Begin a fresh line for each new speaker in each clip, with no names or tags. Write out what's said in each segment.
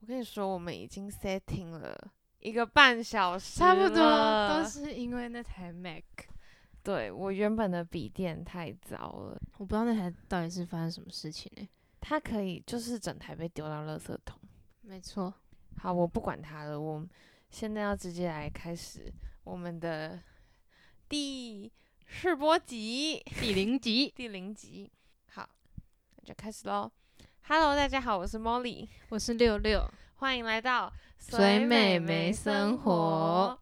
我跟你说，我们已经 setting 了一个半小时
差不多
了
都是因为那台 Mac，
对我原本的笔电太糟了，
我不知道那台到底是发生什么事情呢、欸
它可以就是整台被丢到垃圾桶。
没错，
好，我不管它了，我们现在要直接来开始我们的第试播集。
第零集，
第零集。好，那就开始喽。Hello，大家好，我是 Molly，
我是六六，
欢迎来到
随美眉生活。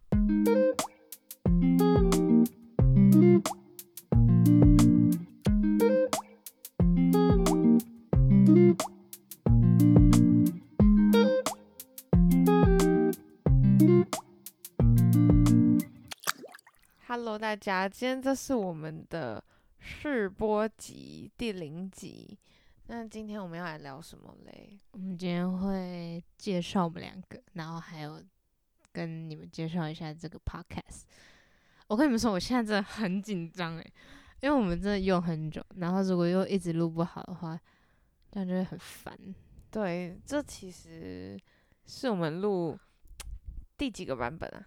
Hello，大家，今天这是我们的试播集第零集。那今天我们要来聊什么嘞？
我们今天会介绍我们两个，然后还有跟你们介绍一下这个 podcast。我跟你们说，我现在真的很紧张诶，因为我们真的用很久，然后如果又一直录不好的话，这样就会很烦。
对，这其实是我们录第几个版本啊？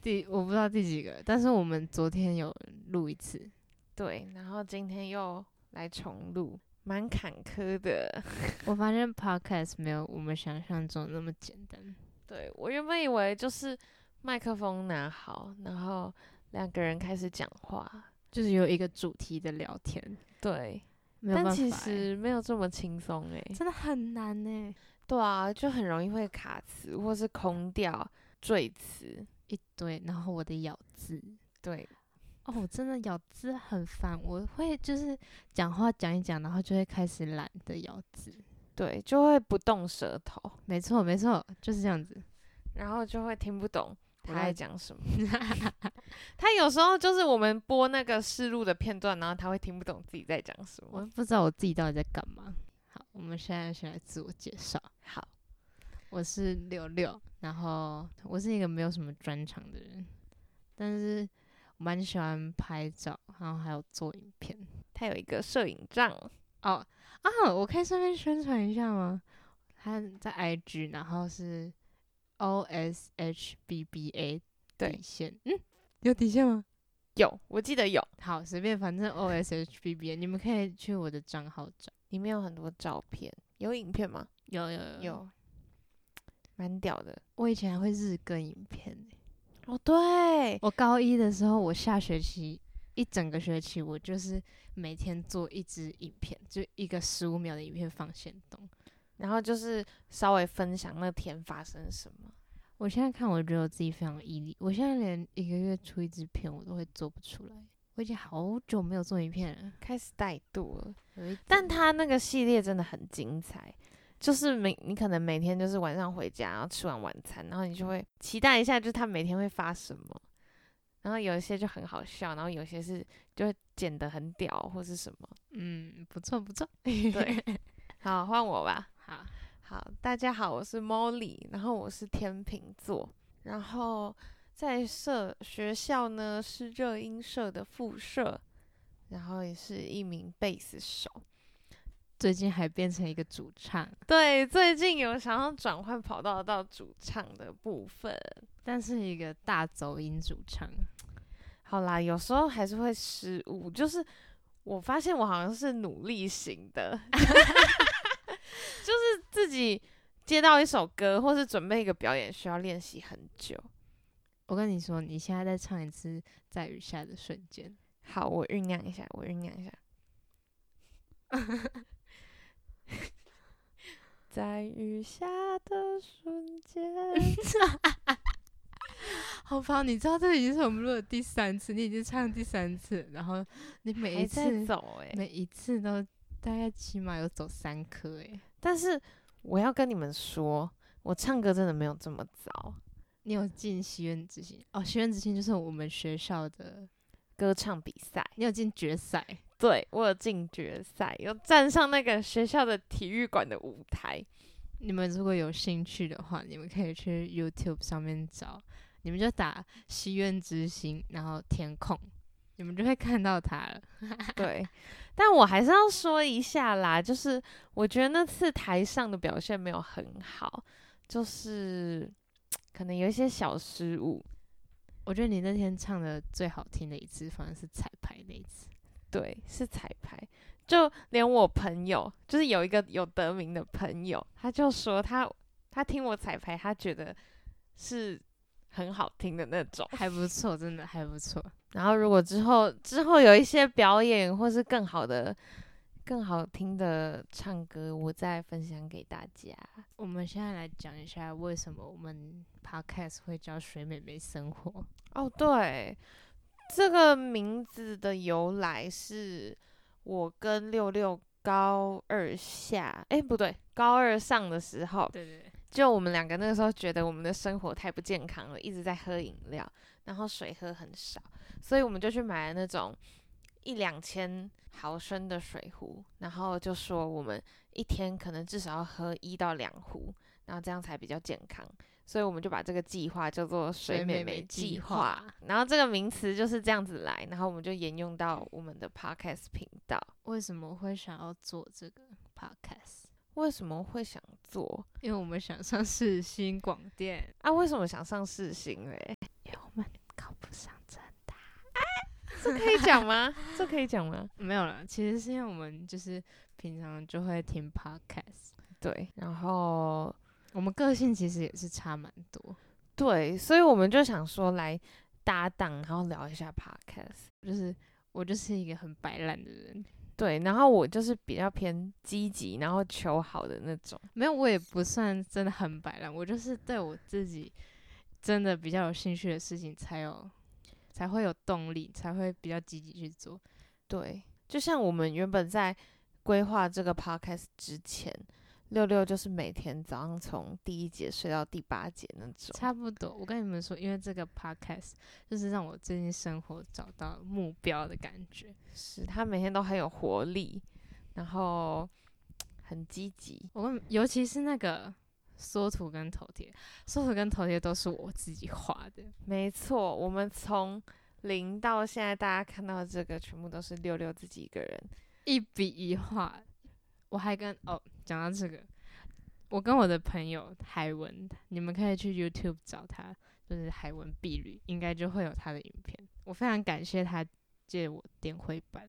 第我不知道第几个，但是我们昨天有录一次，
对，然后今天又来重录，蛮坎坷的。
我发现 podcast 没有我们想象中那么简单。
对我原本以为就是麦克风拿好，然后两个人开始讲话，
就是有一个主题的聊天，
对，
没有
但
办
其
法欸
实没有这么轻松诶、
真的很难呢、
对啊，就很容易会卡词或是空掉、赘词。
一堆，然后我的咬字，
对，
哦，我真的咬字很烦，我会就是讲话讲一讲，然后就会开始懒得咬字。
对，就会不动舌头，
没错，没错，就是这样子。
然后就会听不懂
我
他
了
在讲 什么。他有时候就是我们播那个试录的片段，然后他会听不懂自己在讲什
我
么。
不知道我自己到底在干嘛。好，我们现在先来自我介绍。
好，
我是六六，然后我是一个没有什么专长的人，但是我蛮喜欢拍照，然后还有做影片。
他有一个摄影帐，
哦啊，我可以顺便宣传一下吗？他在 IG，然后是 O S H B B A
对
底线，嗯，有底线吗？
有，我记得有，
好，随便，反正 O S H B B A，你们可以去我的账号找。
里面有很多照片，有影片吗？
有有，
有，蛮屌的
我以前还会日更影片欸、
哦。对，
我高一的时候，我下学期一整个学期，我就是每天做一支影片，就一个十五秒的影片放线动。
然后就是稍微分享那天发生什么。
我现在看，我觉得我自己非常毅力。我现在连一个月出一支片，我都会做不出来。我已经好久没有做影片了，
开始怠惰了，
有一
但他那个系列真的很精彩，就是每你可能每天就是晚上回家，然后吃完晚餐，然后你就会期待一下，就是他每天会发什么。然后有一些就很好笑，然后有些是就会剪得很屌或是什么。
嗯，不错不错。
对，好，换我吧。
好，
好，大家好，我是 Molly，然后我是天秤座，然后在社学校呢是热音社的副社，然后也是一名贝斯手。
最近还变成一个主唱，
对，最近有想要转换跑道到主唱的部分。
但是一个大走音主唱。
好啦，有时候还是会失误，就是我发现我好像是努力型的， 就是自己接到一首歌或是准备一个表演需要练习很久。
我跟你说，你现在再唱一次《在雨下的瞬间》。
好，我酝酿一下，我酝酿一下。 在雨下的瞬间，
好棒！你知道这已经是我们录的第三次，你已经唱第三次，然后你 每一
还
次
在走哎、
每一次都大概起码有走三颗欸诶。
但是我要跟你们说，我唱歌真的没有这么糟，
你有进西苑之星哦？西苑之星就是我们学校的，
歌唱比赛，
你有进决赛，
对我有进决赛，有站上那个学校的体育馆的舞台。
你们如果有兴趣的话，你们可以去 YouTube 上面找，你们就打西苑之星，然后填空，你们就会看到它了。
对，但我还是要说一下啦，就是我觉得那次台上的表现没有很好，就是可能有一些小失误，
我觉得你那天唱的最好听的一次，反而是彩排那一次。
对，是彩排。就连我朋友，就是有一个有得名的朋友，他就说他他听我彩排，他觉得是很好听的那种。
还 不错，真的还不错。
然后如果之后之后有一些表演，或是更好的、更好听的唱歌，我再分享给大家。
我们现在来讲一下为什么我们 podcast 会叫“水美眉生活
哦，对，这个名字的由来是我跟六六高二下，哎，不对，高二上的时候”。，
对对对，
就我们两个那个时候觉得我们的生活太不健康了，一直在喝饮料，然后水喝很少，所以我们就去买了那种一两千毫升的水壶，然后就说我们一天可能至少要喝一到两壶，然后这样才比较健康。所以我们就把这个计划叫做“水
水
美
美
眉
眉计
计划
划”，
然后这个名词就是这样子来，然后我们就沿用到我们的 podcast 频道。
为什么会想要做这个 podcast？
为什么会想做
因为我们想上是新广电，
啊？为什么想上世新嘞？
因为我们考不上这。
这可以讲吗？ 这可以讲吗？
没有了，其实是因为我们就是平常就会听 podcast，
对，然后
我们个性其实也是差蛮多，
对，所以我们就想说来搭档，然后聊一下 podcast。
就是我就是一个很摆烂的人，
对，然后我就是比较偏积极，然后求好的那种。
没有，我也不算真的很摆烂，我就是对我自己真的比较有兴趣的事情才有，才会有动力，才会比较积极去做。
对，就像我们原本在规划这个 podcast 之前，六六就是每天早上从第一节睡到第八节那种。
差不多，我跟你们说，因为这个 podcast 就是让我最近生活找到目标的感觉。
是他每天都很有活力，然后很积极。
我跟尤其是那个缩图跟头贴，缩图跟头贴都是我自己画的，
没错，我们从零到现在，大家看到这个全部都是六六自己一个人。
一笔一画。我还跟哦，讲到这个，我跟我的朋友海文，你们可以去 YouTube 找他，就是海文碧旅，应该就会有他的影片。我非常感谢他借我电绘板，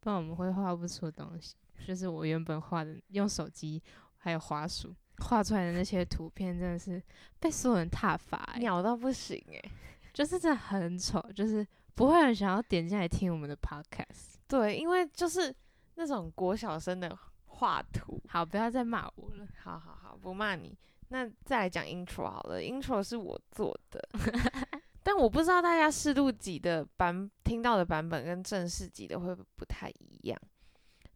不然我们会画不出东西。就是我原本画的，用手机还有滑鼠画出来的那些图片，真的是被所有人挞伐、欸。
鸟到不行欸诶、
就是真的很丑，就是不会有人想要点进来听我们的 podcast。
对，因为就是那种国小生的画图。
好，不要再骂我了。
好好好，不骂你。那再来讲 intro 好了，intro 是我做的，但我不知道大家试录集的版听到的版本跟正式集的会不不太一样，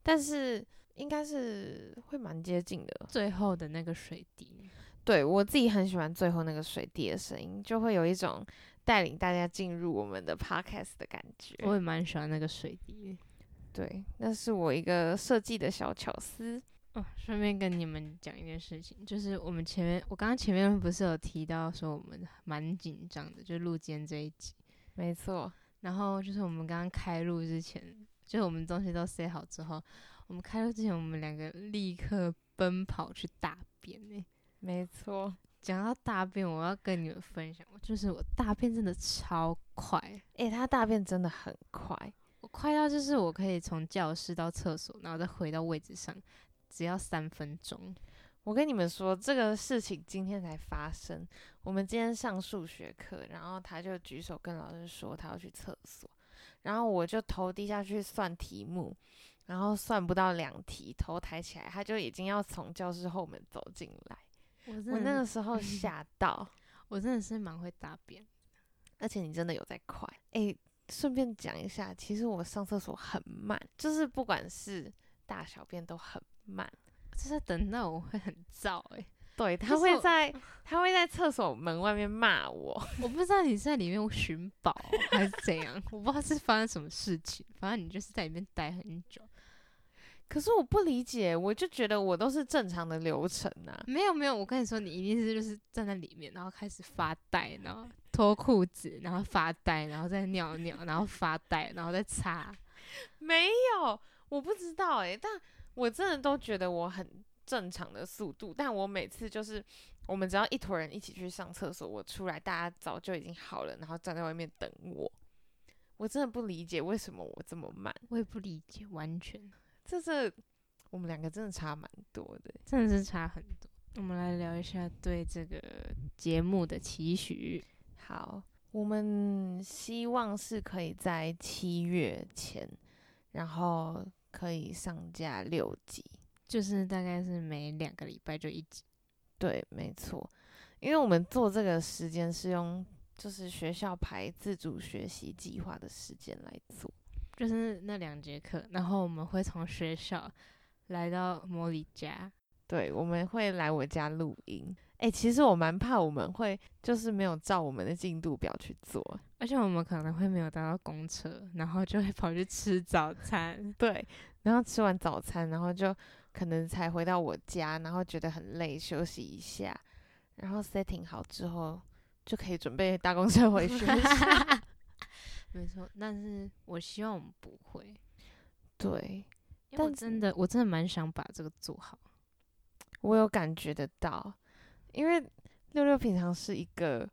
但是应该是会蛮接近的。
最后的那个水滴，
对我自己很喜欢最后那个水滴的声音，就会有一种带领大家进入我们的 podcast 的感觉。
我也蛮喜欢那个水滴。
对，那是我一个设计的小巧思。
哦，顺便跟你们讲一件事情，就是我们前面，我刚刚前面不是有提到说我们蛮紧张的，就录今天这一集。
没错，
然后就是我们刚刚开录之前，就我们东西都塞好之后，我们开录之前，我们两个立刻奔跑去大便欸呢、
没错。
讲到大便，我要跟你们分享，就是我大便真的超快，
诶、它大便真的很快，
我快到就是我可以从教室到厕所，然后再回到位置上，只要三分钟。
我跟你们说，这个事情今天才发生。我们今天上数学课，然后他就举手跟老师说他要去厕所，然后我就头低下去算题目，然后算不到两题，头抬起来，他就已经要从教室后门走进来。
我
我
真
那
的
个，时候吓到，
我真的是蛮会大便，
而且你真的有在快。诶、顺便讲一下，其实我上厕所很慢，就是不管是大小便都很慢。
就是等到我会很燥欸诶、
对
就
他
是
会
我
在他会在厕所门外面骂我，
我不知道你是在里面寻宝还是怎样，我不知道是发生什么事情，反正你就是在里面待很久。
可是我不理解，我就觉得我都是正常的流程啊。
没有没有，我跟你说，你一定是就是站在里面，然后开始发呆，然后脱裤子，然后发呆，然后再尿尿，然后发呆，然后再擦。
欸没有，我不知道诶、但我真的都觉得我很正常的速度，但我每次就是我们只要一坨人一起去上厕所，我出来大家早就已经好了，然后站在外面等我。我真的不理解为什么我这么慢，
我也不理解，完全
这这我们两个真的差蛮多的。欸
真的是差很多。我们来聊一下对这个节目的期许。
好，我们希望是可以在七月前，然后可以上架六集。
就是大概是每两个礼拜就一集，
对，没错，因为我们做这个时间是用就是学校排自主学习计划的时间来做。
就是那两节课，然后我们会从学校来到莫里家，
对，我们会来我家录音。诶，其实我蛮怕我们会就是没有照我们的进度表去做。。
而且我们可能会没有搭到公车，然后就会跑去吃早餐
对，然后吃完早餐，然后就可能才回到我家，然后觉得很累，休息一下，然后 setting 好之后就可以准备搭公车回学校。
啊 没错，但是 我希望我们不会，
对，
因为我
但
真的我真的蛮想把这个做好。
我有感觉得到，因为六六平常是一个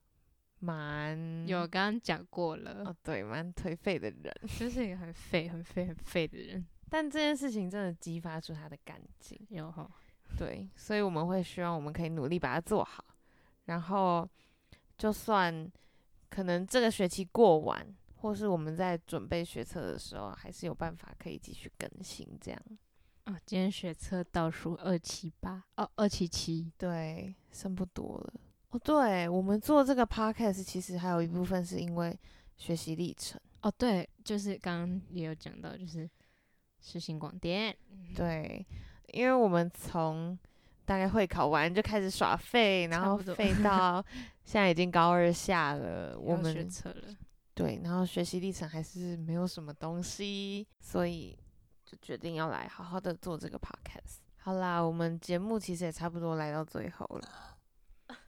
蛮
有刚刚讲过了，
哦，对，蛮颓废的人，
嗯 就是一个很废、很废、很废的人。
但这件事情真的激发出他的干劲。
有哈，
对，所以我们会希望我们可以努力把它做好，然后就算可能这个学期过完，或是我们在准备学测的时候，还是有办法可以继续更新这样。
啊、今天学测倒数二七八，哦，二七七，
对，剩不多了。哦，对，我们做这个 podcast 其实还有一部分是因为学习历程。
哦，对，就是刚刚也有讲到，就是实行广电，
对，因为我们从大概会考完就开始耍废，然
差
后
不多
废 到现在已经高二下了，我
要
们
学测了，
对，然后学习历程还是没有什么东西，所以就决定要来好好的做这个 podcast。好啦，我们节目其实也差不多来到最后了，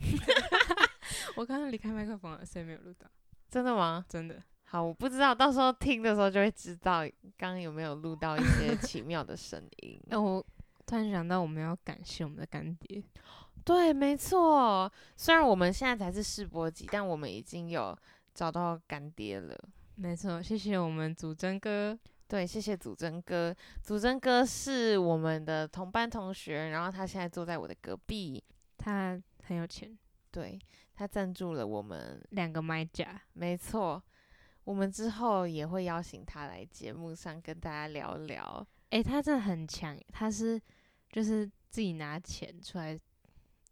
我刚刚离开麦克风了，所以没有录到，
真的吗？
真的。
好，我不知道，到时候听的时候就会知道刚刚有没有录到一些奇妙的声音。
哎、我突然想到，我们要感谢我们的干爹，
对，没错，虽然我们现在才是试播集，但我们已经有找到干爹了。
没错，谢谢我们祖真哥，
对，谢谢祖真哥。祖真哥是我们的同班同学，然后他现在坐在我的隔壁。
他很有钱，
对，他赞助了我们，
两个麦架，
没错。我们之后也会邀请他来节目上跟大家聊聊。
哎、他真的很强，他是就是自己拿钱出来，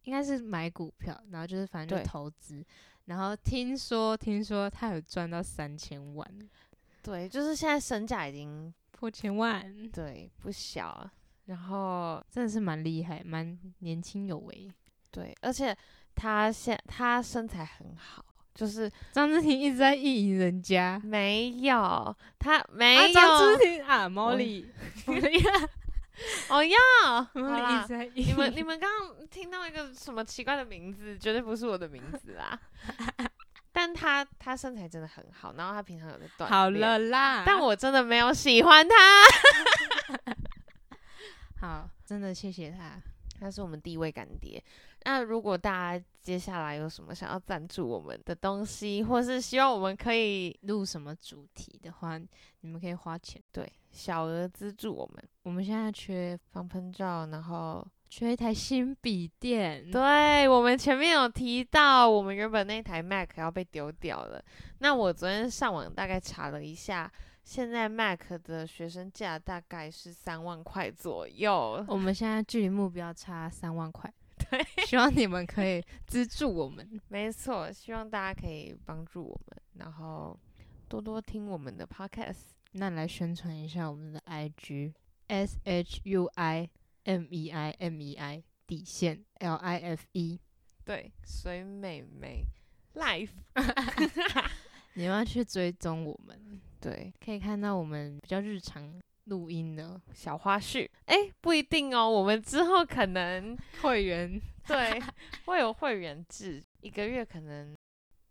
应该是买股票，然后就是反正
对
就投资，然后听说听说他有赚到三千万，
对，就是现在身价已经
破千万，
对不小，然后
真的是蛮厉害，蛮年轻有为。
对，而且他现他身材很好，就是
张志婷一直在意淫人家，
没有他没
啊，
有、
张 志婷啊，毛
我
利，
哦要好
毛利一
啦
直在嗯意
你
淫
们你们刚刚听到一个什么奇怪的名字，绝对不是我的名字 啦。但他他身材真的很好，然后他平常有在锻炼。
好了啦，
但我真的没有喜欢他。
好，真的谢谢他。
他是我们第一位干爹。那如果大家接下来有什么想要赞助我们的东西，或是希望我们可以
录什么主题的话，你们可以花钱。
对小额资助我们
我们现在缺
防喷罩，然后
缺一台新笔电，
对我们前面有提到，我们原本那台 Mac 要被丢掉了。那我昨天上网大概查了一下，现在 Mac 的学生价大概是三万块左右。
我们现在距离目标差三万块。 对，希望你们可以资助我们。
没错，希望大家可以帮助我们，然后多多听我们的 podcast。
那来宣传一下我们的 IG S H U I M E I M E I 底线 L I F E。
对，水美眉 life。
你们要去追踪我们，
对，
可以看到我们比较日常录音的
小花絮。诶，不一定哦，我们之后可能
会员
对会有会员制，一个月可能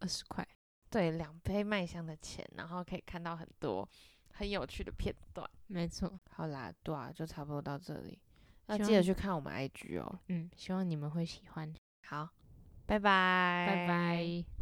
二十块。
对两杯麦香的钱，然后可以看到很多很有趣的片段。
没错，
好啦，对啊，就差不多到这里。要
希
记得
望
去看我们 IG 哦。
嗯，希望你们会喜欢，
好，拜拜，
拜拜